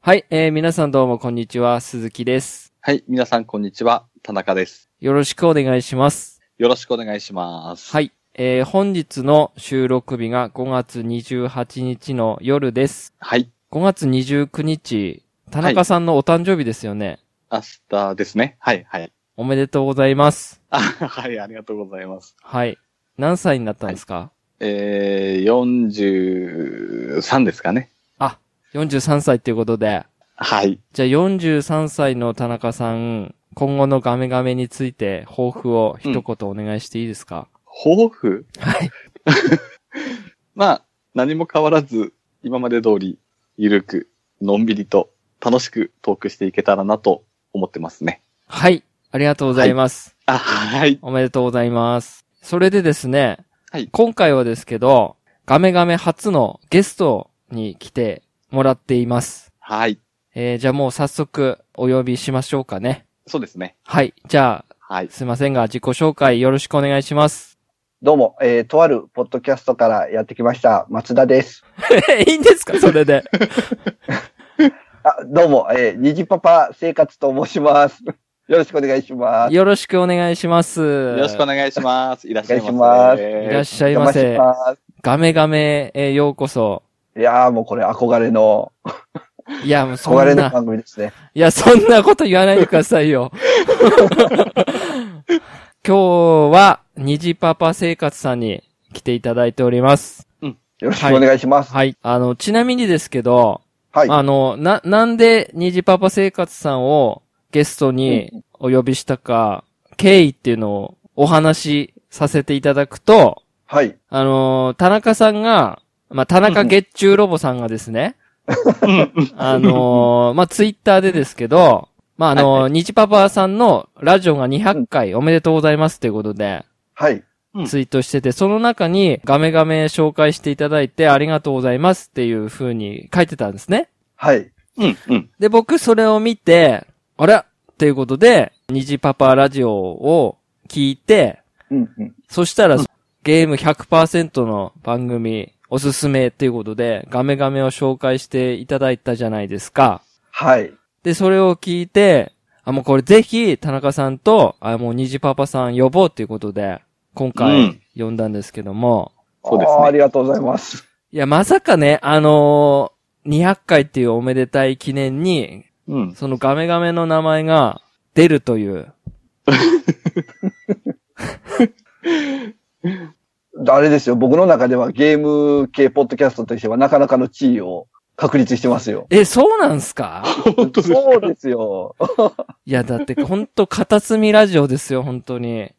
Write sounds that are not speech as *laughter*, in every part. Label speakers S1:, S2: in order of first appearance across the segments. S1: はい、えー皆さんどうもこんにちは、鈴木です。
S2: はい、皆さんこんにちは、田中です。
S1: よろしくお願いします。
S2: よろしくお願いします。
S1: はい、えー本日の収録日が5月28日の夜です。
S2: はい、
S1: 5月29日、田中さんのお誕生日ですよね。
S2: 明日ですね。はい、はい。 *laughs*
S1: おめでとうございます。
S2: あ、はい、ありがとうございます。
S1: はい。何歳になったんですか、
S2: えー、43ですかね。
S1: ?43 歳っていうことで。
S2: はい。
S1: じゃあ43歳の田中さん、今後のガメガメについて抱負を一言お願いしていいですか、
S2: 抱負
S1: はい。
S2: まあ、何も変わらず、今まで通り、ゆるく、のんびりと、楽しくトークしていけたらなと思ってますね。
S1: はい。ありがとうございます。
S2: あ、はい。
S1: おめでとうございます。それでですね、
S2: はい
S1: 今回はですけど、ガメガメ初のゲストに来てもらっています。
S2: はい。
S1: えー、じゃあもう早速お呼びしましょうかね。
S2: そうですね。
S1: はい。じゃあ、
S2: はい。
S1: すいませんが自己紹介よろしくお願いします。 *laughs*
S3: どうも、えー、とあるポッドキャストからやってきました、松田です。
S1: え、いいんですかそれ
S2: *laughs*
S1: で。
S3: あ、どうも、えー、にじパパ生活と申します。よろしくお願いします。
S1: よろしくお願いします。よ
S2: よろしくお
S1: い
S2: 願いします。いらっしゃいませ。
S3: お願いし
S1: いらっ
S2: し
S1: しゃ
S3: お
S1: いま
S3: 邪
S1: せ。
S3: 魔しま
S1: ガメガメへようこそ。
S3: す。いやー、もうこれ憧れの、
S1: いや、もうそ
S3: 憧れ
S1: ん
S3: の
S1: な、
S3: 番組ですね。
S1: いや、そんなこと言わないでくださいよ。 *laughs* 今日は、虹パパ生活さんに来ていただいております。
S3: よろしくお願いします。
S1: はい。あの、ちなみにですけど、
S3: はい。
S1: あの、な、なんで虹パパ生活さんをゲストにお呼びしたか、経緯っていうのをお話しさせていただくと、
S3: はい。
S1: あのー田中さんが、まあ、田中月中ロボさんがですね、あのーまあ、ツイッターでですけど、まあ、あのー
S2: はいは
S1: 日パパさんのラジオが200回おめでとうございますということで、
S3: はい。
S2: うん
S1: ツイートしてて、その中にガメガメ紹介していただいてありがとうございますっていう風に書いてたんですね。
S3: はい。
S2: ます。うん、うん。
S1: で、僕それを見て、あれっていうことで、虹パパラジオを聞いて、
S3: うん、うん。
S1: そしたら、ゲーム100%の番組、おすすめっていうことで、ガメガメを紹介していただいたじゃないですか。
S3: はい。
S1: で、それを聞いて、あ、もうこれぜひ、田中さんと、あ、もう虹パパさん呼ぼうっていうことで、今
S2: う
S1: 回
S2: ん、
S1: 呼んだんですけども、
S2: そうですね
S3: あーありがとうございます。
S1: いや、まさかね、あのー200回っていうおめでたい記念に、
S2: うん。
S1: そのガメガメの名前が出るという、
S3: あれですよ、僕の中ではゲーム系ポッドキャストとしてはなかなかの地位を確立してますよ。
S1: え、そうなんすか
S2: 本当ですか
S3: そうですよ。
S1: いや、だってほんと片隅ラジオですよ、本当に。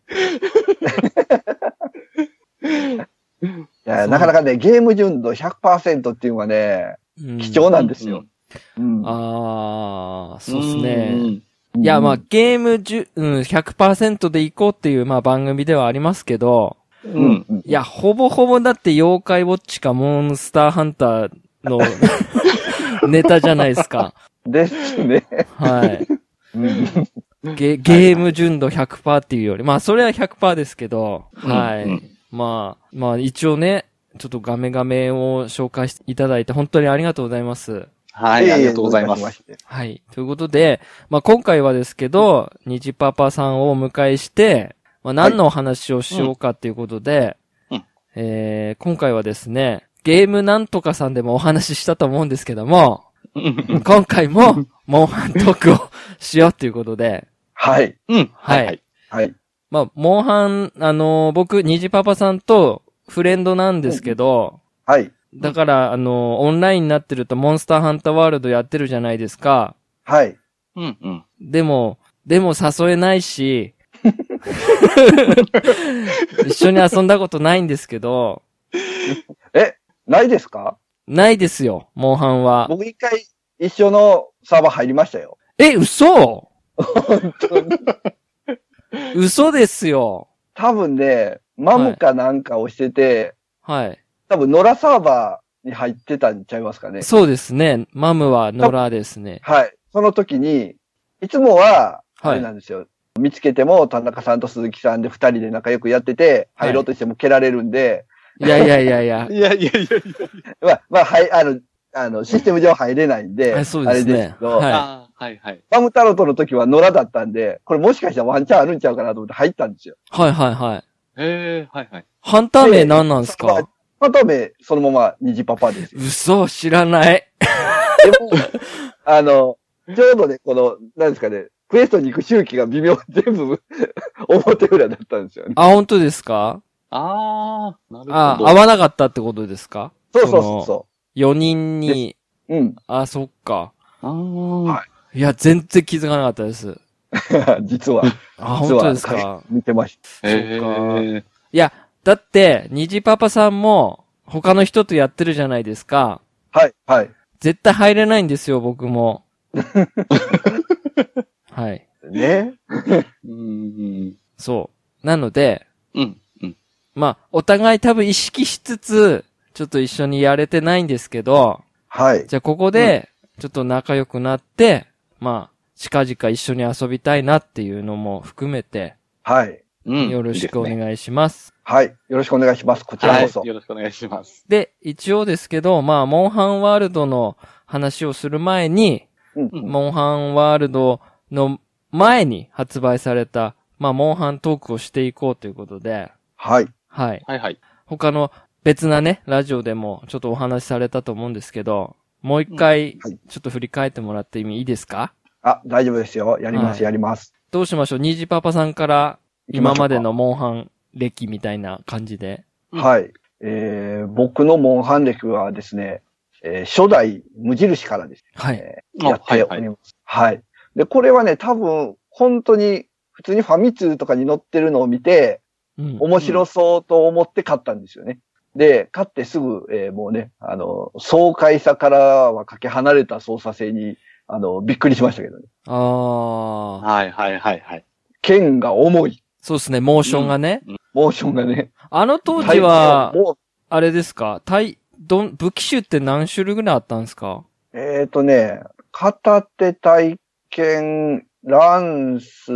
S3: いや、なかなかね、ゲーム純度100%っていうのはね、
S1: うん
S3: 貴重なんですよ。うん。
S1: ああ、そうです
S2: ん
S1: ね。
S2: ん
S1: いや、まあ、ゲームじゅ、うん、100%でいこうっていう、まあ、番組ではありますけど、
S3: う
S2: うんん。。
S3: うん
S1: いや、ほぼほぼだって、妖怪ウォッチかモンスターハンターの *laughs* ネタじゃないですか。
S3: ですね。
S1: はい。
S3: うん
S1: ゲ、ゲーム純度100%っていうより、まあ、それは100%ですけど、はい。
S2: うんうん
S1: まあ、まあ、一応ね、ちょっとガメガメを紹介していただいて、本当にありがとうございます。
S2: はい、ありがとうございます。。
S1: はい。ということで、まあ、今回はですけど、ニジパパさんをお迎えして、まあ、何のお話をしようかっていうことで、
S2: うんうん
S1: えー、今回はですね、ゲームなんとかさんでもお話ししたと思うんですけども、
S2: うん
S1: 今回も、モンハントークをしようということで、
S3: はい。
S2: うん。
S1: *laughs* はい
S2: はい。
S3: はい。
S1: まあ、モンハン、あのー僕、ニジパパさんとフレンドなんですけど、
S3: はい。
S1: だから、あのーオンラインになってるとモンスターハンターワールドやってるじゃないですか。
S3: はい。
S2: うん。うん。
S1: でも、でも誘えないし、一緒に遊んだことないんですけど、
S3: ないですか
S1: ないですよ、モンハンは。
S3: 僕一回一緒のサーバー入りましたよ。
S1: え、嘘嘘ですよ。
S3: 多分ね、マムかなんかをしてて、
S1: はい。
S3: 多分野良サーバーに入ってたんちゃいますかね。
S1: そうですね。マムは野良ですね。
S3: はい。その時に、いつもは、
S1: はい
S3: あれなんですよ。見つけても田中さんと鈴木さんで二人で仲良くやってて、
S1: はい
S3: 入ろうとしても蹴られるんで、
S1: いやいやいやいや。
S2: いやいやいやいや。
S3: まあ、まあ、はい、あの、あの、システム上入れないんで、
S1: はいそうですね
S3: あれですけど、
S1: はい
S2: ああ、はいはい。
S3: バム太郎との時は野良だったんで、これもしかしたらワンチャンあるんちゃうかなと思って入ったんですよ。
S1: はいはいはい。
S2: へえ、はいはい。
S1: ハンター名何なんです
S3: まあ
S1: か
S3: まとめ、そのまま虹パ
S1: *laughs*
S3: パですよ。
S1: 嘘、知らない。
S3: でも、あの、ちょうどね、この、なんですかね、クエストに行く周期が微妙、 *laughs* 全部、表裏だったんですよね。
S1: あ、本当ですか
S2: ああ、なるほど。
S1: あ、合わなかったってことですか
S3: そうそうそうそ
S1: 4人に、
S3: う。うん。 *laughs*
S1: あ、そっか。
S2: あー
S3: はい
S1: いや、全然気づかなかったです。
S3: 実は、
S1: あ、
S3: 実
S1: 本
S3: は
S1: 当ですか
S3: は。見てまし
S2: へ
S1: そう
S2: ー
S1: いや、だって、虹パパさんも、他の人とやってるじゃないですか。
S3: た。はい、はい。
S1: 絶対入れないんですよ、僕
S3: *laughs*
S1: も。はい。
S3: ね。
S2: うん。
S1: そう。なので、
S2: うん。うん。
S1: まあ、お互い多分意識しつつ、ちょっと一緒にやれてないんですけど、
S3: はい。
S1: じゃあここで、ちょっと仲良くなって、まあ、近々一緒に遊びたいなっていうのも含めて、
S3: はい。
S2: うん。
S1: よろしくお
S2: いし
S1: 願いします。
S3: はい。よろしくお願いします。こち
S2: ま
S3: ら
S2: す
S3: こ
S2: ね。
S3: そ。
S2: はい。よろしくお願いします。
S1: で、一応ですけど、まあ、モンハンワールドの話をする前に、
S3: うん
S2: うん
S1: モンハンワールドの前に発売された、まあ、モンハントークをしていこうということで、
S3: はい。
S1: はい。
S2: はいはい。
S1: 他の別なね、ラジオでもちょっとお話しされたと思うんですけど、もう一回
S3: うんはい、
S1: ちょっと振り返ってもらっていいですか
S3: あ、大丈夫ですよ。やりま
S1: は
S3: す、
S1: い
S3: やります。
S1: どうしましょうニジパパさんから
S3: 行きしょ
S1: 今
S3: うか
S1: まで。のモンハン歴みたいな感じで。
S3: はい。えー、僕のモンハン歴はですね、えー、初代無印からです。
S1: はい。
S2: あ
S3: やっ
S2: はい
S3: てお
S2: はい
S3: り。ます。はい、で、これはね、多分、本当に、普通にファミ通とかに載ってるのを見て、
S1: うん。
S3: 面白そうと思って買ったんですよね。で、買ってすぐ、えーもうね、あの、爽快さからはかけ離れた操作性に、あの、びっくりしましたけどね。
S1: ああ。
S2: はいはいはいはい。
S3: 剣が重い。
S1: そうですね、モーションがね。
S3: モーションがね。
S1: あの当時は、
S3: も
S1: あれですか対、どん、武器種って何種類ぐらいあったんですか
S3: う、えっ、とね、片手体験、ランス、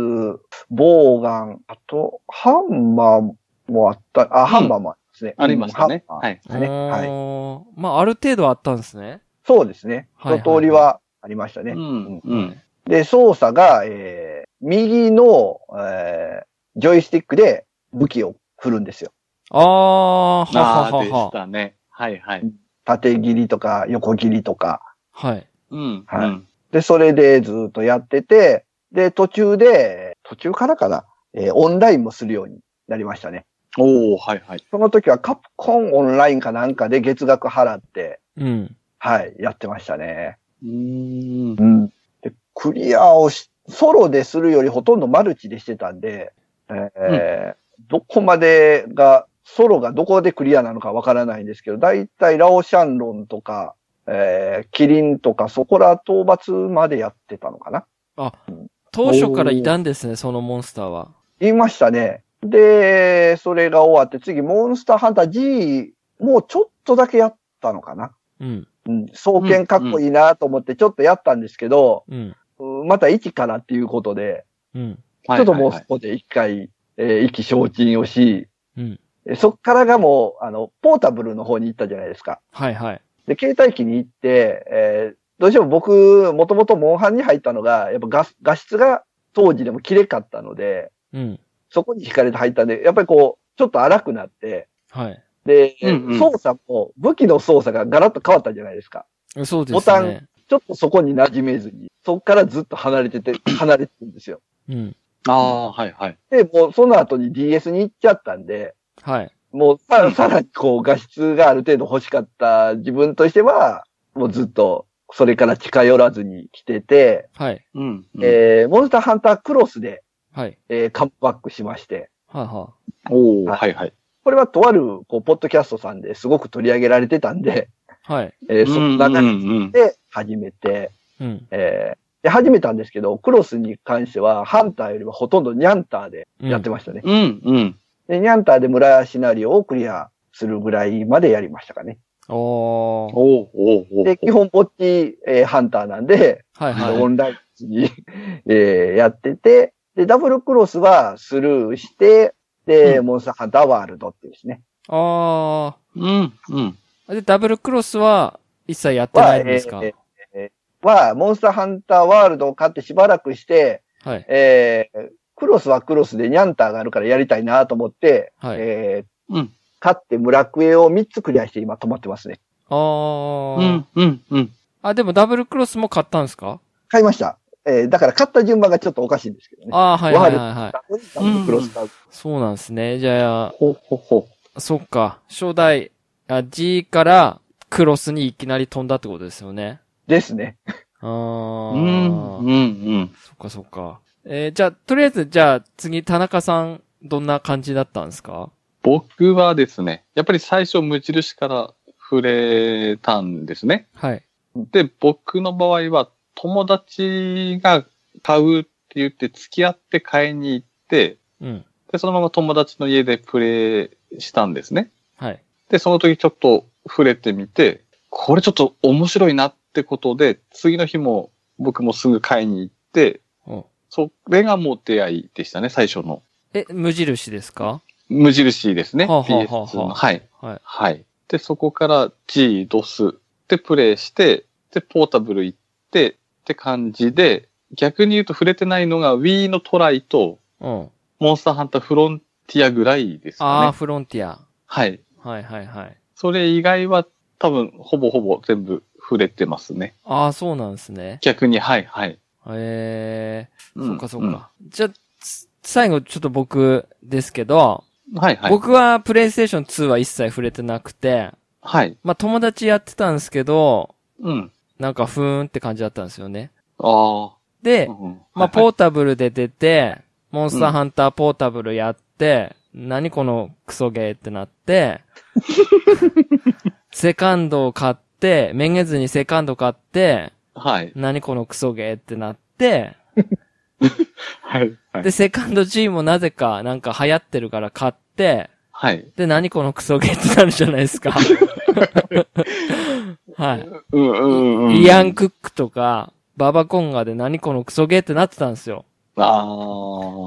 S3: ボウガン、あと、ハンマーもあった、あ、ハンマーもありますね。
S2: ありましたね。
S3: ハンマー
S2: はい。
S3: ですね。はい。
S1: おーまあ、ある程度あったんですね。
S3: そうですね。
S1: はいはい
S3: 一通りはありましたね。
S2: うん。うん。
S3: で、操作が、えー、右の、えー、ジョイスティックで武器を振るんですよ。
S1: ああ、はは
S2: ああ、で
S1: は
S2: し
S1: は。
S2: たね。はいはい。
S3: 縦切りとか横切りとか。
S1: はい。
S2: うん。
S3: はい
S2: うん。
S3: で、それでずっとやってて、で、途中で、途中からかな、えー、オンラインもするようになりましたね。
S2: おー、はいはい。
S3: その時はカプコンオンラインかなんかで月額払って、
S1: うん。
S3: はい、やってましたね。
S2: うーん。
S3: うん。で、クリアをし、ソロでするよりほとんどマルチでしてたんで、えーどこまでが、ソロがどこでクリアなのかわからないんですけど、だいたいラオシャンロンとか、えーキリンとか、そこら討伐までやってたのかな
S1: 当初からいたんですね、そのモンスターは。
S3: 言いましたね。で、それが終わって、次、モンスターハンター G、もうちょっとだけやったのかな
S1: うん。
S3: うん、双剣かっこいいなと思ってちょっとやったんですけど、
S1: うん。
S3: うんまた1からっていうことで、
S1: うん。
S2: はいはいはい
S3: ちょっともうそこで一回、えー意気消沈をし、
S1: うん。
S3: えそっからがもう、あの、ポータブルの方に行ったじゃないですか。
S1: はいはい。
S3: で、携帯機に行って、えーどうしても僕、もともとモンハンに入ったのが、やっぱ画画質が当時でも綺麗かったので、
S1: うん。
S3: そこに惹かれて入ったんで、やっぱりこう、ちょっと荒くなって、
S1: はい。
S3: で、
S2: うんうん
S3: 操作も、武器の操作がガラッと変わったじゃないですか。
S1: そうですね。
S3: ボタン。ちょっとそこに馴染めずに、そこからずっと離れて *clears throat* て、離れてるんですよ。
S1: うん。
S2: ああー、はいはい。
S3: で、もうその後に DS に行っちゃったんで、
S1: はい。
S3: もうささらにこう画質がある程度欲しかった自分としては、もうずっとそれから近寄らずに来てて、
S1: はい。
S2: うん。うん
S3: えー、モンスターハンタークロスで、
S1: はい。
S3: えー、カムバックしまして、
S1: はいは
S2: おー、
S3: あ
S2: はいはい。
S3: これはとあるこうポッドキャストさんですごく取り上げられてたんで、
S1: い。はい。
S3: えー、そんな
S2: うん
S3: 中
S2: うんうん。
S3: で始めて、
S1: うん。
S3: えーで、始めたんですけど、クロスに関しては、ハンターよりはほとんどニャンターでやってましたね。
S2: うん、うん。
S3: で、ニャンターで村シナリオをクリアするぐらいまでやりましたかね。
S1: うん。おー。
S2: おー、おー、おー。
S3: で、基本ぼっち、えーハンターなんで、
S1: はい
S3: あ
S1: は
S3: の *laughs* オ
S1: い。
S3: ンラインに、えーやってて、で、ダブルクロスはスルーして、で、
S2: う
S3: モンスターハンターワールドっていうですね。
S1: あ
S2: うん、うん。
S1: ー。で、ダブルクロスは、一切やってないんですか、
S3: はえーえーは、モンスターハンターワールドを買ってしばらくして、
S1: はい。
S3: えークロスはクロスでニャンターがあるからやりたいなと思って、
S1: はい。
S3: えー
S2: うん
S3: 買って村クエを3つクリアして今止まってますね。
S1: あー、
S2: うん、うん、うん。
S1: あ、でもダブルクロスも買ったんですか
S3: 買いました。えーだから買った順番がちょっとおかしいんですけどね。
S1: あー、はいはいはい、はい。
S3: ダブルダブルクロス買う
S1: そうなんですね。じゃ
S2: ほうほうほ
S1: あ、そっか。初代、あ G からクロスにいきなり飛んだってことですよね。
S3: ですね。
S1: あー。
S2: う。うん、うん、うん。
S1: そっかそっか。えーじゃあ、とりあえず、じゃあ、次、田中さん、どんな感じだったんですか
S2: 僕はですね、やっぱり最初無印から触れたんですね。
S1: はい。
S2: で、僕の場合は友達が買うって言って付き合って買いに行って、
S1: うん。
S2: で、そのまま友達の家でプレイしたんですね。
S1: はい。
S2: で、その時ちょっと触れてみて、これちょっと面白いなってことで、次の日も僕もすぐ買いに行って、
S1: お
S2: それがもう出会いでしたね、最初の。
S1: え、無印ですか
S2: 無印ですね。
S1: はあはあはあはあ
S2: PS2 の。はい。
S1: はい。
S2: はい。で、そこから G、DOS でプレイして、で、ポータブル行ってって感じで、逆に言うと触れてないのが Wii のトライと、
S1: うん。
S2: モンスターハンターフロンティアぐらいです
S1: あー、
S2: かね。
S1: フロンティア。
S2: はい。
S1: はいはいはい。
S2: それ以外は多分ほぼほぼ全部触れてますね。
S1: あー、そうなんですね。
S2: 逆に、はい、はい。
S1: えー、
S2: ん
S1: そっかそっか。じゃあ、つ最後、ちょっと僕ですけど、
S2: うんはい、はい。
S1: 僕はプレイステーション2は一切触れてなくて、
S2: はい。
S1: まあ友達やってたんですけど、
S2: うん。
S1: なんかふーんって感じだったんですよね。
S2: ああ。
S1: で、
S2: うん
S1: まあ、
S2: はい
S1: ポータブルで出て、モンスターハンターポータブルやって、何このクソゲーってな
S2: *laughs*
S1: って、セカンドを買って、めげずにセカンド買って、
S2: はい。
S1: 何このクソゲーってなって、
S2: はい。はい
S1: で、。セカンド G もなぜかなんか流行ってるから買って、
S2: はい。
S1: で、何このクソゲーってなるじゃない
S2: *laughs*
S1: ですか。はい。
S2: うん、うん、うん。
S1: イアン・クックとか、ババコンガで何このクソゲーってなってたんですよ。
S2: あ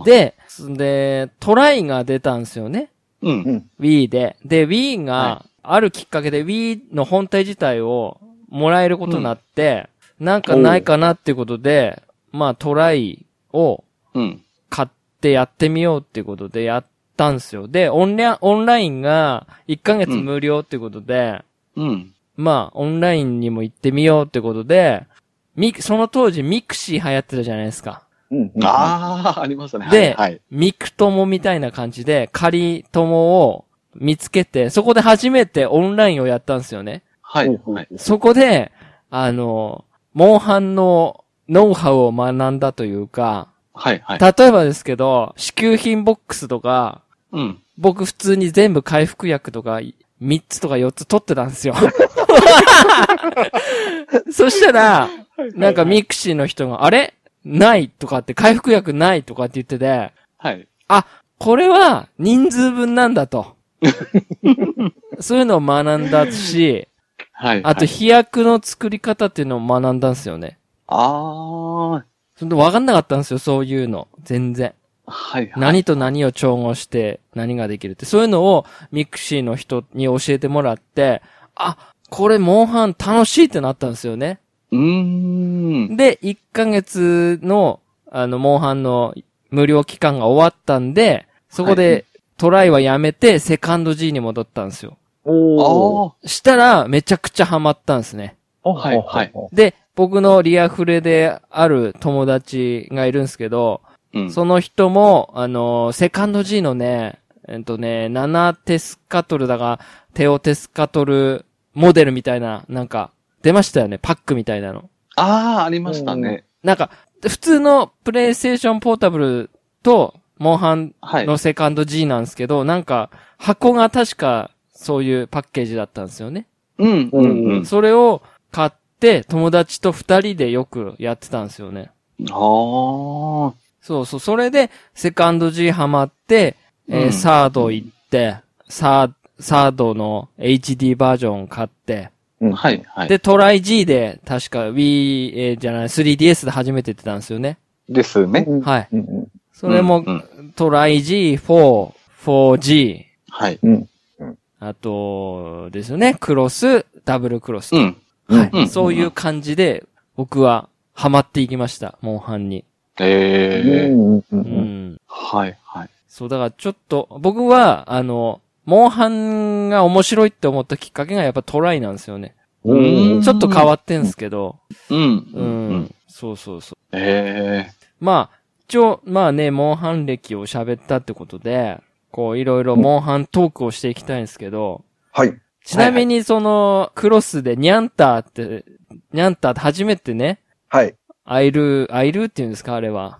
S2: あ。、
S1: で、そんで、トライが出たんですよね。
S2: う。
S3: うんん。
S1: Wii で。で、Wii
S2: は
S1: が、あるきっかけで Wii の本体自体をもらえることになって、なんかないかなっていうことで、まあトライを
S2: うん。
S1: 買ってやってみようっていうことでやったんですよ。で、オンライン、オンラインが1ヶ月無料っていうことで、
S2: うん。
S1: まあオンラインにも行ってみようってことで、ミその当時ミクシー流行ってたじゃないですか。
S3: うん。うん
S2: ああ、ありましたね。
S1: で
S2: はいはい。
S1: ミク友みたいな感じで、仮友を見つけて、そこで初めてオンラインをやったんですよね。
S2: はい。
S3: うん
S2: はい。
S1: そこで、あの、モンハンのノウハウを学んだというか、
S2: はい。はい。
S1: 例えばですけど、支給品ボックスとか、
S2: うん。
S1: 僕普通に全部回復薬とか、3つとか4つ取ってたんですよ。 *laughs* そしたら、なんかミクシーの人が、あれないとかって、回復薬ないとかって言ってて、
S2: はい。
S1: これは人数分なんだと。 *laughs* そういうのを学んだし、
S2: はい。
S1: あと
S2: はい、
S1: 飛躍の作り方っていうのを学んだんですよね。
S2: あ
S1: そんで分かんなかったんですよ、そういうの。全然。
S2: あ、はい。はい
S1: 何と何を調合して何ができるって。そういうのをミクシーの人に教えてもらって、あ、これモンハン楽しいってなったんですよね。
S2: うーん。
S1: で、1ヶ月の、あの、モンハンの無料期間が終わったんで、そこ
S2: は
S1: でトライはやめて、セカンド G に戻ったんですよ。
S3: おー。
S2: あ
S1: したら、めちゃくちゃハマったんですね。
S3: あ
S2: はいはい
S1: で、僕のリアフレである友達がいるんですけど、
S2: あ、うん。
S1: その人も、あのーセカンド G のね、えっとね、7テスカトルだが、テオテスカトルモデルみたいな、なんか、出ましたよね、パックみたいなの。
S2: ああ、ありましたね。
S1: なんか、普通のプレイステーションポータブルと、モンハン
S2: はい。
S1: のセカンド G なんですけど、なんか、箱が確か、そういうパッケージだったんですよね。
S2: うん。うん。うん。
S1: それを買って、友達と二人でよくやってたんですよね。
S2: ああ。
S1: そうそう。それで、セカンド G ハマって、えー
S2: うん
S1: サード行って、サー、サードの HD バージョン買って、
S3: うん
S2: はい。はい。
S1: で、トライ G で、確か Wii、えーじゃない、3DS で初めてやってたんですよね。
S2: ですね。
S3: うん
S1: はい。
S3: うんうん
S1: それも
S2: うん、うん
S1: トライ G、4、4G、
S2: はい。
S3: うん。
S1: あと、ですよね、クロス、ダブルクロスと。
S2: うん。
S1: はい。
S2: うん
S1: そういう感じで、僕はハマっていきました、モンハンに。
S2: ええ
S3: うんう
S1: うんん。
S2: はい、はい。
S1: そう、だからちょっと、僕は、あの、モンハンが面白いって思ったきっかけがやっぱトライなんですよね。
S3: う
S2: うん
S3: ん。
S1: ちょっと変わってんすけど、
S2: うん。
S1: う
S2: うんん。。
S1: そうそうそう。
S2: ええ
S1: まあ、一応、まあね、モンハン歴を喋ったってことで、こう、いろいろモンハントークをしていきたいんですけど、
S3: はい。
S1: ちなみにその、クロスでニャンターって、ニャンターって初めてね、
S3: はい。
S1: アイル、アイルっていうんですかあれは。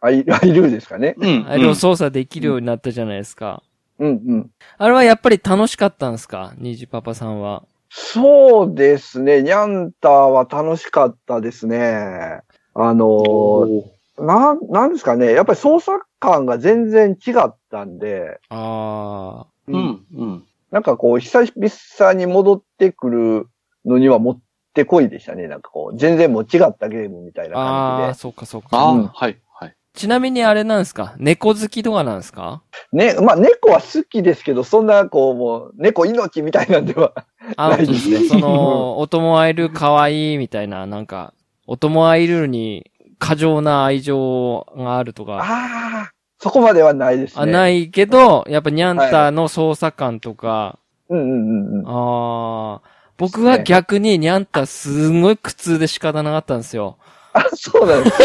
S3: アイ *laughs* アイルーですかね。
S2: うん。
S1: アイルを操作できるようになったじゃないですか。
S3: うんうん。
S1: あれはやっぱり楽しかったんですかニジパパさんは。
S3: そうですね。ニャンターは楽しかったですね。あの
S2: おー
S3: ー、なん、なんですかね。やっぱり操作感が全然違ったんで、
S1: あ
S2: う。ん、うん。
S3: なんかこう、久々に戻ってくるのにはもってこいでしたね。なんかこう、全然もう違ったゲームみた
S1: あ。
S3: いな感
S1: ああ、
S3: じで。
S1: そっかそっ
S2: あ
S1: か。
S2: あ、
S3: うん
S2: はい、はい。
S1: ちなみにあれなんですか猫好きとかなんですか
S3: ね、まあ猫は好きですけど、そんなこう、もう、猫命みたいなんでは。
S1: あ、
S3: ない
S1: 本当
S3: で
S1: ですす
S3: ね
S1: ね。 *laughs* その、お供アイル可愛いみたいな、なんか、お供アイルに過剰な愛情があるとか。
S3: ああ、そこまではないですね。。
S1: あ、ないいけど、やっぱニャンターの操作感とか、
S3: うんうんうんうん。
S1: ああ、僕は逆にニャンターすんごい苦痛で仕方なかったんですよ。
S3: あ、そうな
S1: *laughs*
S3: んです。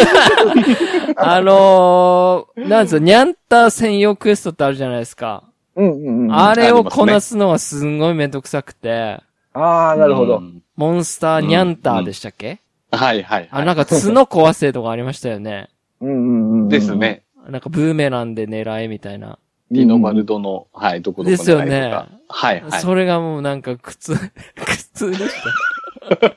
S1: あのー、なんですよ、ニャンター専用クエストってあるじゃないですか。
S3: うんうんうん。あ
S1: あれをこなすのはすんごいめんどくさくて、
S3: あー、なるほど
S2: う。ん。
S1: モンスターニャンターでしたっけ、
S2: はい、はい。
S1: あ、なんか角壊せとかありましたよね。
S3: うんうんうん。
S2: です。ね。
S1: なんかブーメランで狙えみたいな。
S2: リノバルドの、はい、どこどこのライブが
S1: ですよね
S2: はい、はい。
S1: それがもうなんか苦痛、 *laughs* 苦痛でした。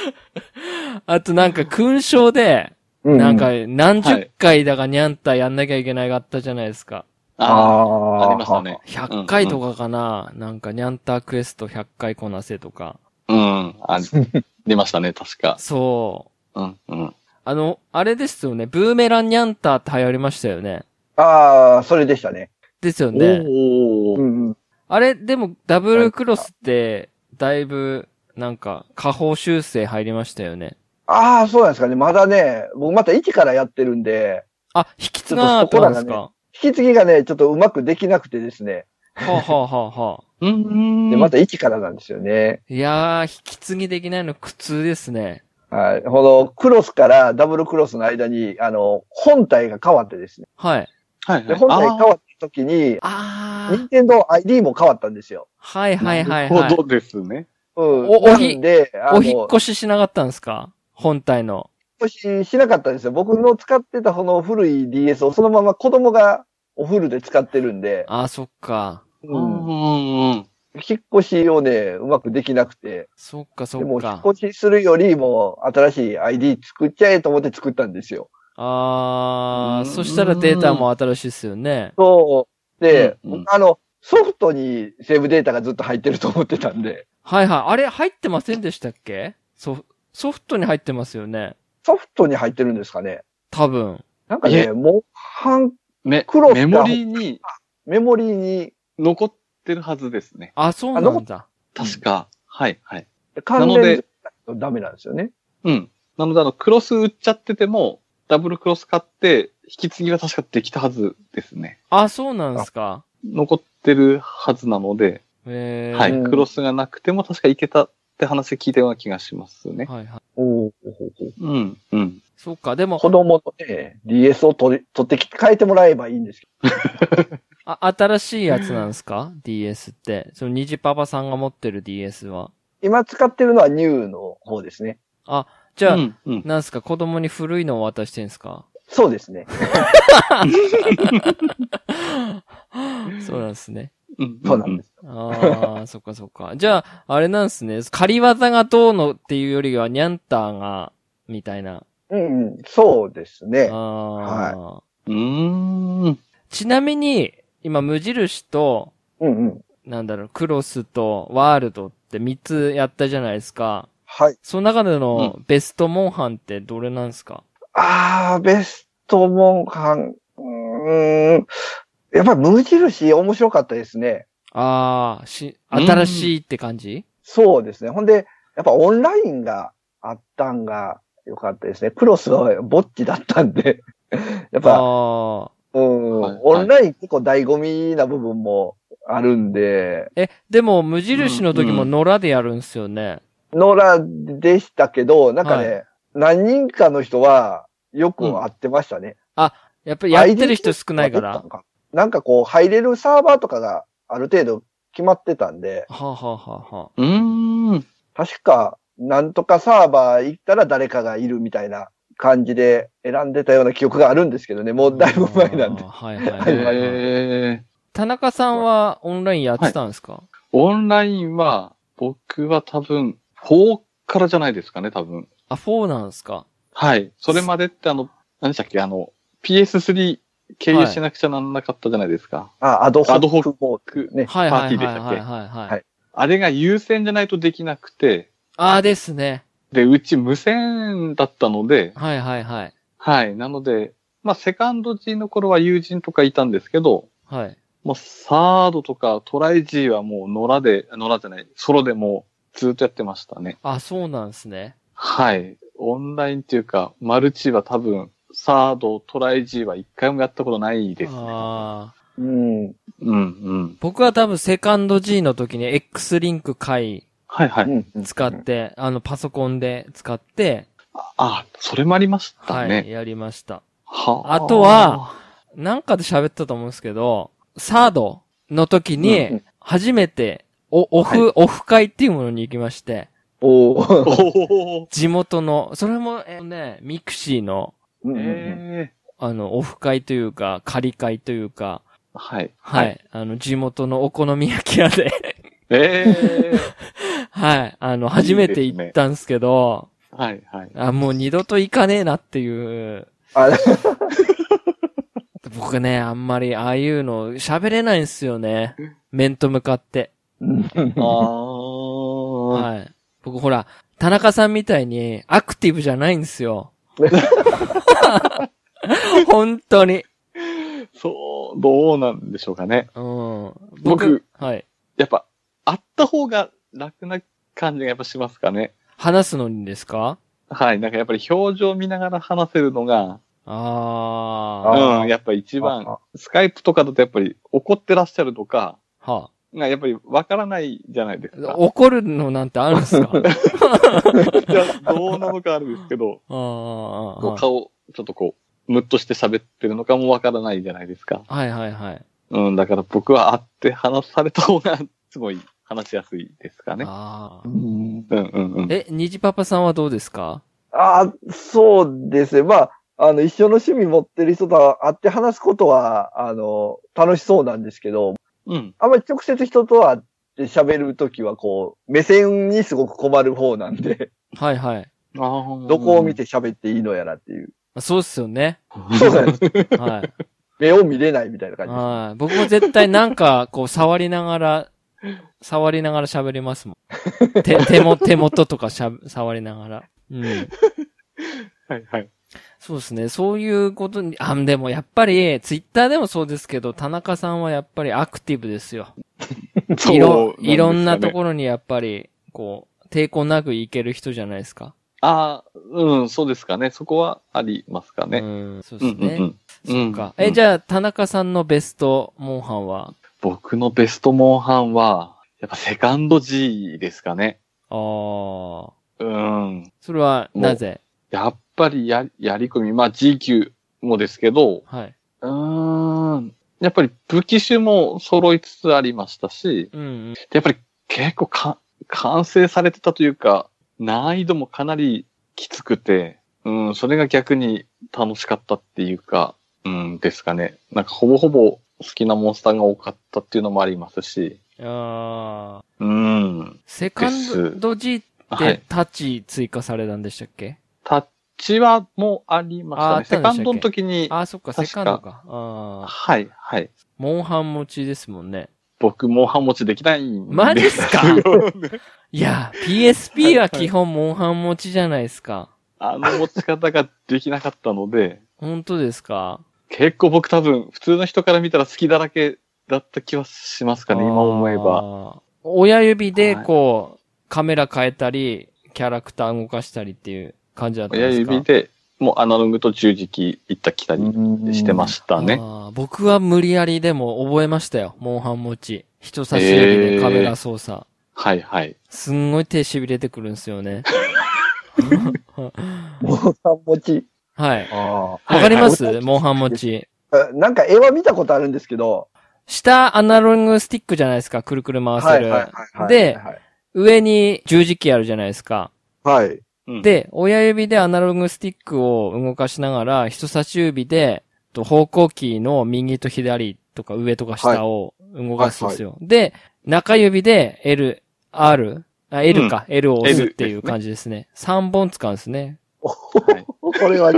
S1: *laughs* あとなんか勲章で、
S3: うう
S1: なんか、何十回だかにゃんたやんなきゃいけないがあったじゃないですか。
S2: ああ、
S3: あ
S2: あ
S3: ー
S2: りました。ね。
S1: 100回とかかな、なんかにゃんたクエスト100回こなせとか。
S2: うん。あ *laughs* りましたね、確か。
S1: そ
S2: うん、うん。
S1: う。あの、あれですよね。ブーメランにゃんたって流行りましたよね。
S3: ああ、それでしたね。
S1: ですよね。
S2: お
S3: う
S2: ー
S3: んうん。
S1: あれ、でも、ダブルクロスって、だいぶ、なんか、下方修正入りましたよね。
S3: ああ、そうなんですかね。まだね、僕また1からやってるんで、
S1: あ、引き継がなかったんです
S3: ちょ
S1: か、
S3: 引き継ぎがね、ちょっとうまくできなくてですね。
S1: はあ、はあはあはあ、
S2: うん、うん。
S3: で、また1からなんですよね。
S1: いやー、引き継ぎできないの苦痛ですね。
S3: はい。この、クロスからダブルクロスの間に、あの、本体が変わってですね。
S1: はい。
S2: はい、は
S3: で、
S2: い。
S3: 本体
S2: あ
S3: 変
S2: ー
S3: わった時に、
S1: あー。
S3: 任天堂 ID も変わったんですよ。
S1: はいはいはい、
S2: な
S1: は
S2: るほ
S1: い。
S2: どですね。
S3: うん。
S1: おおひ
S3: なんで、あの、
S1: お引っ越ししなかったんですか本体の。
S3: 引っ越ししなかったんですよ。僕の使ってたこの古い DS をそのまま子供がおフルで使ってるんで、
S1: あー、そっか。
S2: う
S3: うん
S2: ん、うん。
S3: 引っ越しをね、うまくできなくて、
S1: そっかそ
S3: でも
S1: っ
S3: 引
S1: か。
S3: っ越しするよりも新しい ID 作っちゃえと思って作ったんですよ。
S1: あー、
S2: うん
S1: そしたらデータも新しいですよね。
S3: そう。で、
S2: うんうん
S3: 僕あの、ソフトにセーブデータがずっと入ってると思ってたんで、
S1: はいはい。あれ入ってませんでしたっけソフソフトに入ってますよね。
S3: ソフトに入ってるんですかね。
S1: 多分。
S3: なんか
S2: い
S3: ね、
S2: え
S3: モンハン
S2: め、
S3: クロスが
S2: メモリーに
S3: メモリーに
S2: 残ってるはずですね。
S1: あ、そうなんだ。
S2: 確か。はい、はい。
S3: 関
S2: なの
S3: 連
S2: で
S3: しないとダメなんですよね。
S2: うん。なので、あの、クロス売っちゃってても、ダブルクロス買って、引き継ぎは確かできたはずですね。
S1: あ、そうなんですか。
S2: 残ってるはずなので、
S1: えー。
S2: は
S3: う
S2: い。
S3: ん
S2: クロスがなくても確かいけたって話聞いたような気がしますね。
S1: はいはい。
S3: おー
S2: うん、うん。
S1: そっか。でも
S3: 子、供のね、DS を取り取ってきて変えてもらえばいいんですけ
S1: あ新しいやつなんですか ?DS って。その、虹パパさんが持ってる DS は。
S3: ど、今使ってるのはニューの方ですね。
S1: じゃあ、
S2: うん、うん。
S1: なんすか子供に古いのを渡してんすか
S3: そうですね。
S1: そうなんですね。
S2: うん
S3: そうなんです。
S1: ああ、そっかそっか。じゃあ、あれなんですね。仮技がどうのっていうよりは、ニャンターが、みたいな。
S3: うん、うん、そうです
S1: あ
S3: ね。
S1: あ、
S2: うーん。
S1: ちなみに、今、無印と、
S3: うんうん。
S1: なんだろう、クロスとワールドって3つやったじゃないですか。
S3: はい。
S1: その中でのベストモンハンってどれなんですか、
S3: あー、ベストモンハン。うーん。やっぱり無印面白かったですね。
S1: ああ、し、新しいって感じ、
S3: そうですね。ほんで、やっぱオンラインがあったんが良かったですね。クロスがぼっちだったんで、 *laughs* やっぱ、
S1: ああ。
S3: うん、
S2: はい
S3: オンライン結構醍醐味な部分もあるんで、
S1: え、でも、無印の時も野良でやるんすよね。
S3: 野良でしたけど、なんかね、
S1: は
S3: 何人かの人はよく会ってましたね。
S1: やっぱりやってる人少ないから。
S3: な
S1: は
S3: んかなんかこう、入れるサーバーとかがある程度決まってたんで、
S1: あ、はあはあはあ、
S2: うーん。
S3: 確か、なんとかサーバー行ったら誰かがいるみたいな感じで選んでたような記憶があるんですけどね、もうだいぶ前なんで
S1: あ。ーはいはい
S2: へ
S1: はいはい、
S2: え。
S1: 田中さんはオンラインやってたんですか、
S2: オンラインは、僕は多分、4からじゃないですかね、多分。
S1: あ、4なんですか
S2: はい。それまでってあの、何でしたっけ、あの、PS3 経由しなくちゃならなかったじゃないですか。
S3: あ、アドホ
S2: アドホ
S3: ッ
S2: ッ
S3: クモードね。
S1: はい
S2: パ
S1: は
S2: ー
S1: い
S2: ティー
S1: は
S2: で
S1: い
S2: したっ
S1: はいはい、
S2: け
S1: はい
S3: はい
S2: あれが優先じゃないとできなくて、
S1: ああですね。
S2: で、うち無線だったので、
S1: はいはいはい。
S2: はい。なので、まあ、セカンド G の頃は友人とかいたんですけど、
S1: はい。
S2: もうサードとかトライ G はもう野良で、野良じゃない、ソロでもうずっとやってましたね。
S1: あ、そうなんですね。
S2: はい。オンラインっていうか、マルチは多分、サード、トライ G は一回もやったことないですね。
S1: ああ。
S3: うん。
S2: うんうん。
S1: 僕は多分セカンド G の時に X リンク回
S2: はいは
S3: う
S2: い。
S3: ん
S1: 使って、あのパソコンで使って、
S2: あ、それもありました
S1: はい、
S2: ね。
S1: やりました。
S2: は
S1: あとは、なんかで喋ったと思うんですけど、サードの時
S3: うんう
S1: に
S3: ん、
S1: 初めて、お、オフ、オフ会っていうものに行きまして、
S2: *laughs*
S3: おー
S2: おー
S1: 地元の、それも、えーね、ミクシーの、
S3: うんうんうん
S2: え
S1: あの、オフ会というか、仮会というか、
S2: ーはい。
S1: はい。。あの、地元のお好み焼き屋で、
S2: え
S1: *laughs* はい。あの、初めて行ったんですけど、
S2: ーはいはい。
S1: あ、もう二度と行かねえなっていう。
S3: あれ
S1: 僕ね、あんまり、ああいうの喋れないんすよね。面と向かって。
S2: あー
S1: はい。僕ほら、田中さんみたいにアクティブじゃないんです
S2: *laughs*
S1: よ。本当に。
S2: そう、どうなんでしょうかね。
S1: うん。僕
S2: 僕
S1: はい。
S2: やっぱ、あった方が楽な感じがやっぱしますかね。
S1: 話すのにですか
S2: はい。なんかやっぱり表情見ながら話せるのが、
S1: ああ。
S3: あー
S2: うん、やっぱ一番、
S3: あ
S2: スカイプとかだとやっぱり怒ってらっしゃるとか、
S1: は
S2: がやっぱりわからないじゃないです
S1: あ、
S2: か。
S1: 怒るのなんてあるん
S2: *laughs*
S1: ですかあ
S2: いやどうなのかあるんですけど、
S1: あー。
S2: こう顔、ちょっとこう、ムッとして喋ってるのかもわからないじゃないですか。
S1: はいはいはい。
S2: うん、だから僕は会って話された方が、すごい話しやすいですかね。
S1: ああ
S3: う。ん
S2: うんうんうん。
S1: え、虹パパさんはどうですか
S3: あー、そうですね。まあ、あの、一緒の趣味持ってる人と会って話すことは、あの、楽しそうなんですけど、
S2: うん。
S3: あんまり直接人と会って喋るときは、こう、目線にすごく困る方なんで、
S1: はいはい。
S2: ど
S3: どこを見て喋っていいのやらっていう。
S1: そうっすよね。
S3: そうなんです。
S1: はい。
S2: *laughs*
S3: 目を見れないみたいな感じです。
S1: はい。僕も絶対なんか、こう、触りながら、触りながら喋りますも
S2: *laughs*
S1: ん。手、手も、手元とかしゃ、触りながら。うん。
S2: はいはい。
S1: そうですね。そういうことに、あ、でもやっぱり、ツイッターでもそうですけど、田中さんはやっぱりアクティブですよ。いろ、いろんなと
S2: ろ。
S1: ころにやっぱり、こう、抵抗なく行ける人じゃないですか。
S2: ああ、うん、そうですかね。そこはありますか
S1: う
S2: ね。
S1: ん。そう
S2: う
S1: で
S2: ん
S1: す
S2: うんう
S1: ね。
S2: ん。
S1: そっか。
S2: うん
S1: え、じゃあ、田中さんのベスト、モンハンは
S2: 僕のベストモンハンは、やっぱセカンド G ですかね。
S1: ああ。
S2: うん。
S1: それは、なぜ
S2: やっぱりや、やり込み、まあ G 級もですけど、
S1: はい。
S2: うーん。やっぱり武器種も揃いつつありましたし、
S1: うんうん。
S2: やっぱり結構か、完成されてたというか、難易度もかなりきつくて、うん、それが逆に楽しかったっていうか、うんですかね。なんかほぼほぼ好きなモンスターが多かったっていうのもありますし、
S1: ああ。
S2: うん。
S1: セカンド G っ
S2: は
S1: て
S2: い。
S1: タッチ追加されたんでしたっけ、
S2: タッチはもうあり
S1: ああ
S2: ま
S1: っ
S2: した
S1: たんでした
S2: ね。セカ
S1: っけ
S2: ンドの時に、
S1: ああ、そっか、セ
S2: 確か
S1: カンドか。ああ。
S2: はい、はい。
S1: モンハン持ちですもんね。
S2: 僕、モンハン持ちできないんです。
S1: マジっすか
S2: よ
S1: いや、PSP は基本モンハン持ちじゃないですか。
S2: *laughs* あの持ち方ができなかったので、
S1: 本当ですか
S2: 結構僕多分、普通の人から見たら好きだらけだった気はしますかね、今思えば。
S1: ば。親指でこう、カメラ変えたり、キャラクター動かしたりっていう感じだったん
S2: 親
S1: ですか
S2: 指で、もうアナログと十字キー行った来たりしてましたね。
S1: あー僕は無理やりでも覚えましたよ。モンハン持ち。人差し指でカメラ操作。
S2: はいはい。
S1: すんごい手しびれてくるんですよ
S3: *laughs*
S1: ね。
S3: モンハン持ち。
S1: はい。
S3: あ
S1: わかります、
S3: はいはい
S1: モンハン持ち。
S3: あ。なんか絵は見たことあるんですけど。
S1: 下アナログスティックじゃないですか。くるくる回せる。
S3: はい
S1: で、上に十字キーあるじゃないですか。
S3: はい。
S2: うん、
S1: で、親指でアナログスティックを動かしながら、人差し指で、と方向キーの右と左とか上とか下を動かすんですよ。で、中指で L、R、あ L か、L を押すっていう感じですね。3本使うんですね。
S2: はい
S3: これは、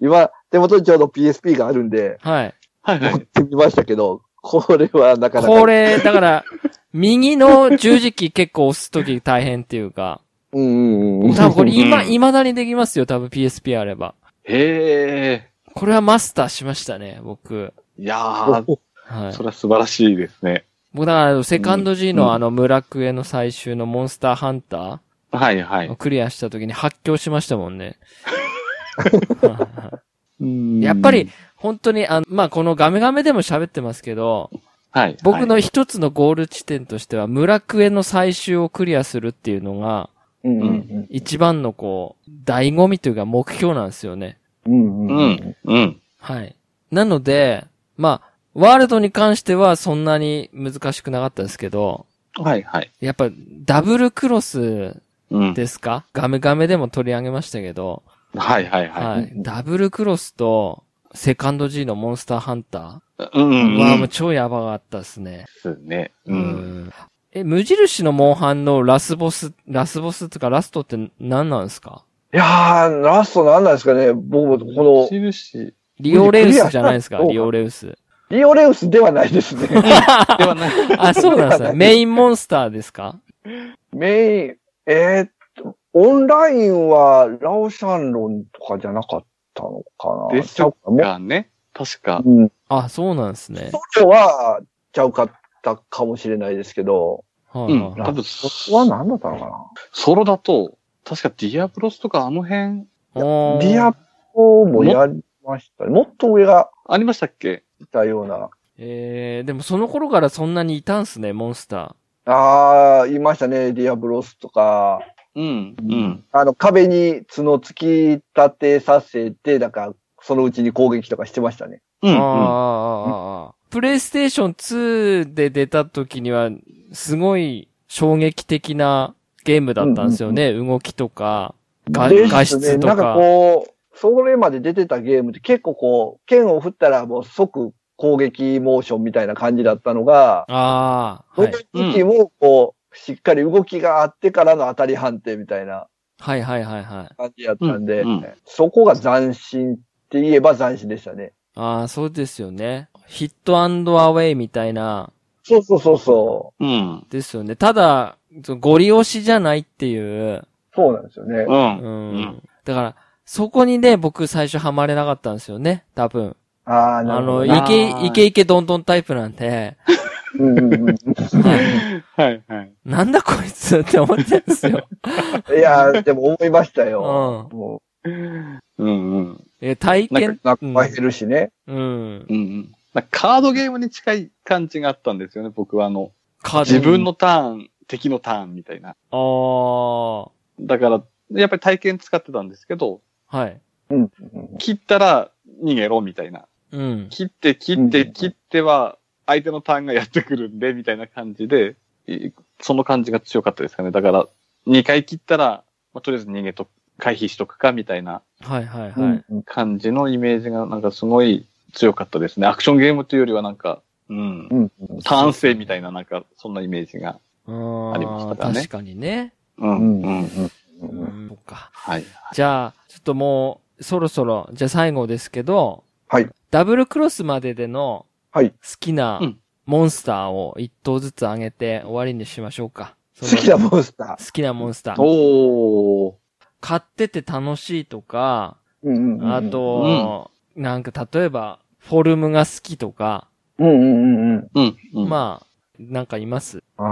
S3: 今、手元にちょうど PSP があるんで、
S1: はい。
S2: はいは
S3: 持っ
S2: い。
S3: てみましたけど、これはなかなか。
S1: こ。れ、だから、右の十字キー結構押すとき大変っていうか、
S3: うんうんうん。
S1: 多分これ今、
S2: うん
S1: 未だにできますよ、多分 PSP あれば。
S2: へ
S1: これはマスターしましたね、僕。
S2: え。いやー、
S1: はい
S2: そ。れは素晴らしいですね。
S1: 僕だから、セカンド G
S3: う
S1: の
S3: ん
S1: あの、村クエの最終のモンスターハンタ
S2: はいはい
S1: ーを。クリアした時に発狂しましたもんね。や
S2: や
S1: っぱり、、本当に、あの、まあ、このガメガメでも喋ってますけど、
S2: はい。
S1: 僕の一つのゴール地点としては、村クエの最終をクリアするっていうのが、
S3: うんうん
S1: 一番のこう、醍醐味というか目標なんですよね。
S3: うん。うんうん。
S2: はい。うん。
S1: はい。なので、まあ、ワールドに関してはそんなに難しくなかったですけど、
S2: はいはい。
S1: やっぱダブルクロス
S2: うん。
S1: ですかガメガメでも取り上げましたけど、
S2: はいはい
S1: は。
S2: はい
S3: い
S1: ダブルクロスと、セカンド G のモンスターハンタ
S2: い。うんう
S1: ー
S2: んうん。
S1: はもう超やばかったですね。
S2: ですね。うん。
S1: んえ、無印のモンハンのラスボス、ラスボスってかラストって何なんですか
S3: いやー、ラストなんなんですかね。僕も、この、
S2: 印
S1: リオレウスじゃないですか
S3: クリアした
S1: リオレウス。
S3: リオレウスではないですね。
S2: ではない。
S1: あ、そうなんで
S2: *laughs*
S1: すね。メインモンスターですか
S3: メイン、えーっと、オンラインは、ラオシャンロンとかじゃなかったのかな。
S2: です
S3: ちゃうかも
S2: が *laughs* ね、確か。
S3: うん。
S1: あ、そうなんですね。
S3: ソロは、ちゃうかったかもしれないですけど、
S1: はい
S2: うん。
S1: はい
S2: 多分、
S3: そこは何だったのか
S2: ソロだと、確かディアブロスとかあの辺、
S1: おー
S3: な。ディアポもやりましたね。もっと上が
S2: ありましたっけ
S3: いたような。
S1: えー、でもその頃からそんなにいたんすね、モンスタ
S3: ああ、いましたね。ディアブロスとか。
S2: うん。うん。
S3: あの、壁に角突き立てさせて、なんか、そのうちに攻撃とかしてましたね。
S2: う
S1: ー。
S2: ん。
S1: あー
S2: う
S1: あ
S2: ん
S1: ーあーあープレイステーション2で出た時には、すごい衝撃的なゲームだったんですよね。動きとか。が
S3: ですね
S1: 画質とか
S3: なんかこう、それまで出てたゲームって結構こう、剣を振ったらもう即攻撃モーションみたいな感じだったのが、
S1: ああ、
S3: そ
S1: は
S3: の
S1: い。
S3: 時もこう、しっかり動きがあってからの当たり判定みたいな
S1: はいはいはいはい。
S3: 感じだったんで、
S2: うんうん
S3: そこが斬新って言えば斬新でしたね。
S1: ああ、そうですよね。ヒットアンドアウェイみたいな、
S3: そうそうそうそ
S2: うん。
S1: ですよね。ただ、そのゴリ押しじゃないっていう。
S3: う。そうなんですよね。
S2: うん。
S1: うん。
S2: うん
S1: だから、そこにね、僕最初ハマれなかったんですよね。多分。
S3: ああ、な
S1: あ
S3: るほ
S1: の、
S3: どな。
S1: イケ
S2: あ、ー
S1: イケイケどんどんタイプなんで、
S3: うんうんうん
S1: はい
S2: はいはい。
S1: なんだこいつって思ってんですよ。
S3: いやー、でも思いました
S1: *laughs* う
S3: よ。
S1: ん。
S3: も
S2: うんうん。
S1: え、体
S3: う
S1: 験、、
S3: 仲間減るしね。
S1: うん。
S2: うんうん。なんかカードゲームに近い感じがあったんですよね、僕はあの、
S1: カード。
S2: 自分のターン、敵のターンみたいな。
S1: あ
S2: だから、やっぱり体験使ってたんですけど、
S1: あ、はい。
S3: うん
S2: 切ったら逃げろみたいな。
S1: うん。
S2: 切って切って切っては相手のターンがやってくるんで、みたいな感じで、いその感じが強かったですかね。だから、2回切ったら、まあ、とりあえず逃げと、回避しとくか、みたいな
S1: はいはいはい。
S3: うんうん
S2: 感じのイメージがなんかすごい強かったですね。アクションゲームというよりはなんか、うん
S3: う、んうん
S2: ターン制みたいななんか、そんなイメージが。
S1: あ
S2: ありましたから
S1: ー
S2: ね
S1: 確かにね。
S2: うん、うん、
S1: う
S3: うん
S1: ん、そっか。
S2: はい。
S1: じゃあ、ちょっともう、そろそろ、じゃあ最後ですけど、
S3: はい。
S1: ダブルクロスまででの、
S3: はい
S1: 好きな
S2: うん
S1: モンスターを一頭ずつ上げて終わりにしましょうか。そ
S3: 好
S1: の
S3: きなモンスタ
S1: 好きなモンスター。
S2: おー。
S1: 買ってて楽しいとか、
S3: ー。うんうんうん
S1: あ、と、なんか例えば、フォルムが好きとか、
S3: うんうんうんうん。
S2: うん、うん。
S1: まあ、なんかいます
S3: あ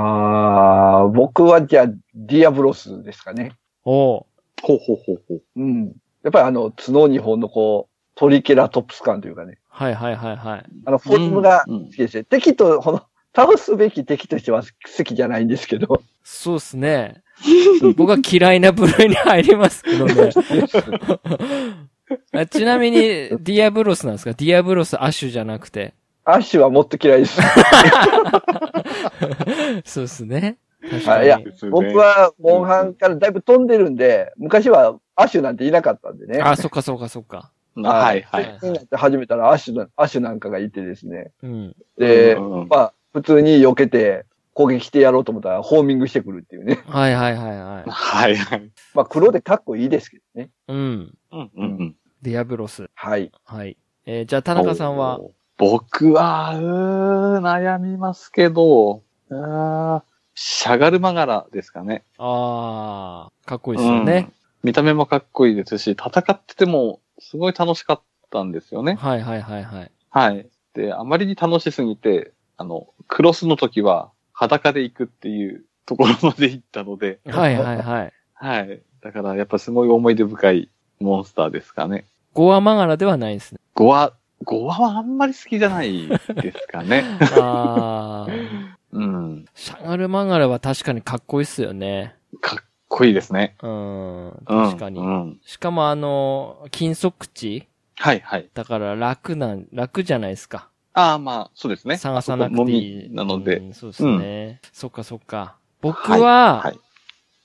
S3: あ、僕はじゃあ、ディアブロスですかね。
S1: おう
S2: ほうほうほうほう。
S3: うん。やっぱりあの、角二本のこう、トリケラトプス感というかね。
S1: はいはいはいはい。
S3: あの、フォルムが
S2: うんうん
S3: 好きですね。敵と、この、倒すべき敵としては好きじゃないんです
S2: *laughs*
S3: けど。
S1: そうですね。僕は嫌いな部類に入りますけど
S2: *laughs*
S1: ね。あちなみに、ディアブロスなんですかディアブロスアッシュじゃなくて。
S3: アッシュはもっと嫌いです。
S1: そうですね。確
S3: あ
S1: か
S3: いや
S1: に。
S2: ですね
S3: 僕、は、モンハンからだいぶ飛んでるんで、昔はアッシュなんていなかったんでね。
S1: あ、そっかそっかそっか。
S2: はいは
S1: はい
S2: い。
S3: になって始めたらアッシュな、アッシュなんかがいてですね。
S1: うん。
S3: で、
S2: うんうんうん
S3: まあ、普通に避けて攻撃してやろうと思ったらホーミングしてくるっていうね。 *laughs*
S1: はいはいはいはい。
S2: はいはい。
S3: まあ、黒でかっこいいですけどね。
S1: うん。
S2: うんうんうん。
S1: ディアブロス。
S3: はい。
S1: はい。えーじゃあ田中さんは、
S2: 僕は、うー悩みますけど、うーんしゃがるまがらですかね。
S1: ああかっこいいですよね。
S2: うん見た目もかっこいいですし、戦っててもすごい楽しかったんですよね。
S1: はいはいはいはい。
S2: はい。で、あまりに楽しすぎて、あの、クロスの時は裸で行くっていうところまで行ったので、
S1: はいはいはい。
S2: はい。だからやっぱすごい思い出深いモンスターですかね。
S1: ゴアマガラではないですね。
S2: ゴワ、ゴワはあんまり好きじゃないですか
S1: *laughs*
S2: ね。
S1: ああ。
S2: うん。
S1: シャガルマガラは確かにかっこいいっすよね。
S2: かっこいいですね。
S1: うん。
S2: うん。
S1: 確かに。
S2: うん。
S1: しかもあの、金属地
S2: はいはい。
S1: だから楽なん、楽じゃないですか。
S2: ああ、まあ、そうですね。
S1: 探さなく
S2: あそこ
S1: て
S2: も
S1: いい。
S2: みなので。
S1: うんそうですね。そっかそっか。僕
S2: はいは、
S1: はい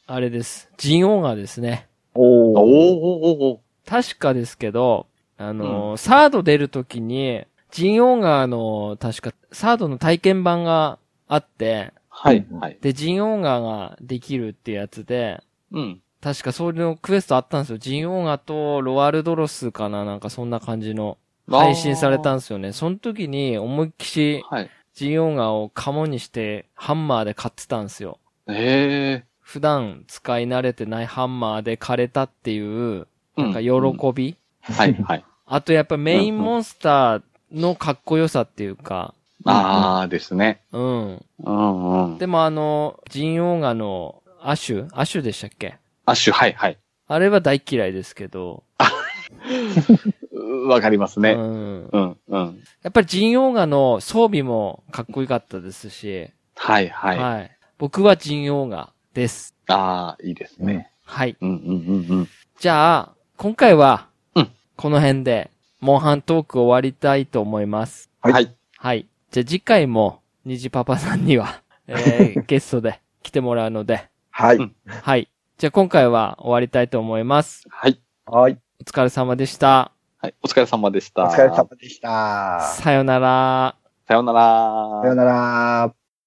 S1: あれです。ジンオーガですね。
S2: おーおーお
S3: おー。
S2: ーおー
S1: 確かですけど、あの、サード出るときに、ジンオーガの、確か、サードの体験版があって、
S2: はいはい。
S1: で、ジンオーガができるってやつで、
S2: うん。
S1: 確かそれのクエストあったんですよ。ジンオーガとロワルドロスかななんかそんな感じの配信されたん
S2: で
S1: ですよね。その時に思いっきし
S2: はい。
S1: ジンオーガをカモにしてハンマーで買ってたんですよ。
S2: ええ
S1: 普段使い慣れてないハンマーで枯れたっていう、
S2: ー。
S1: なんか喜
S2: うん
S1: び、
S2: はいはい。
S1: あとやっぱメインモンスターのかっこよさっていうか、
S2: ああですね。
S1: うん。
S2: うんうん。
S1: でもあの、ジンオーガのアシュアシュでしたっけ
S2: アッシュ、はいはい。
S1: あれは大嫌いですけど、
S2: うわかります
S1: う
S2: ね。
S1: ん。
S2: うんうん。
S1: やっぱりジンオーガの装備もかっこよかったですし、
S2: はいはい。あ
S1: 僕はジンオーガです。
S2: あー、いいですね。
S1: はい。
S2: うんうんうんうん。
S1: じゃあ、今回は
S2: うん、
S1: この辺で、モンハントーク終わりたいと思います。
S3: はい
S2: はい。
S1: はい。じゃあ次回も、虹パパさんに
S2: *laughs*
S1: は、えー、ゲストで来てもらうので、
S3: はい。
S2: うん
S1: はい。じゃあ今回は終わりたいと思います。
S2: はい。
S3: はい。
S1: お疲れ様でした。
S2: はい。お疲れ様でした。
S3: お疲れ様でした。
S1: さよなら。
S2: さようなら。
S3: さよなら。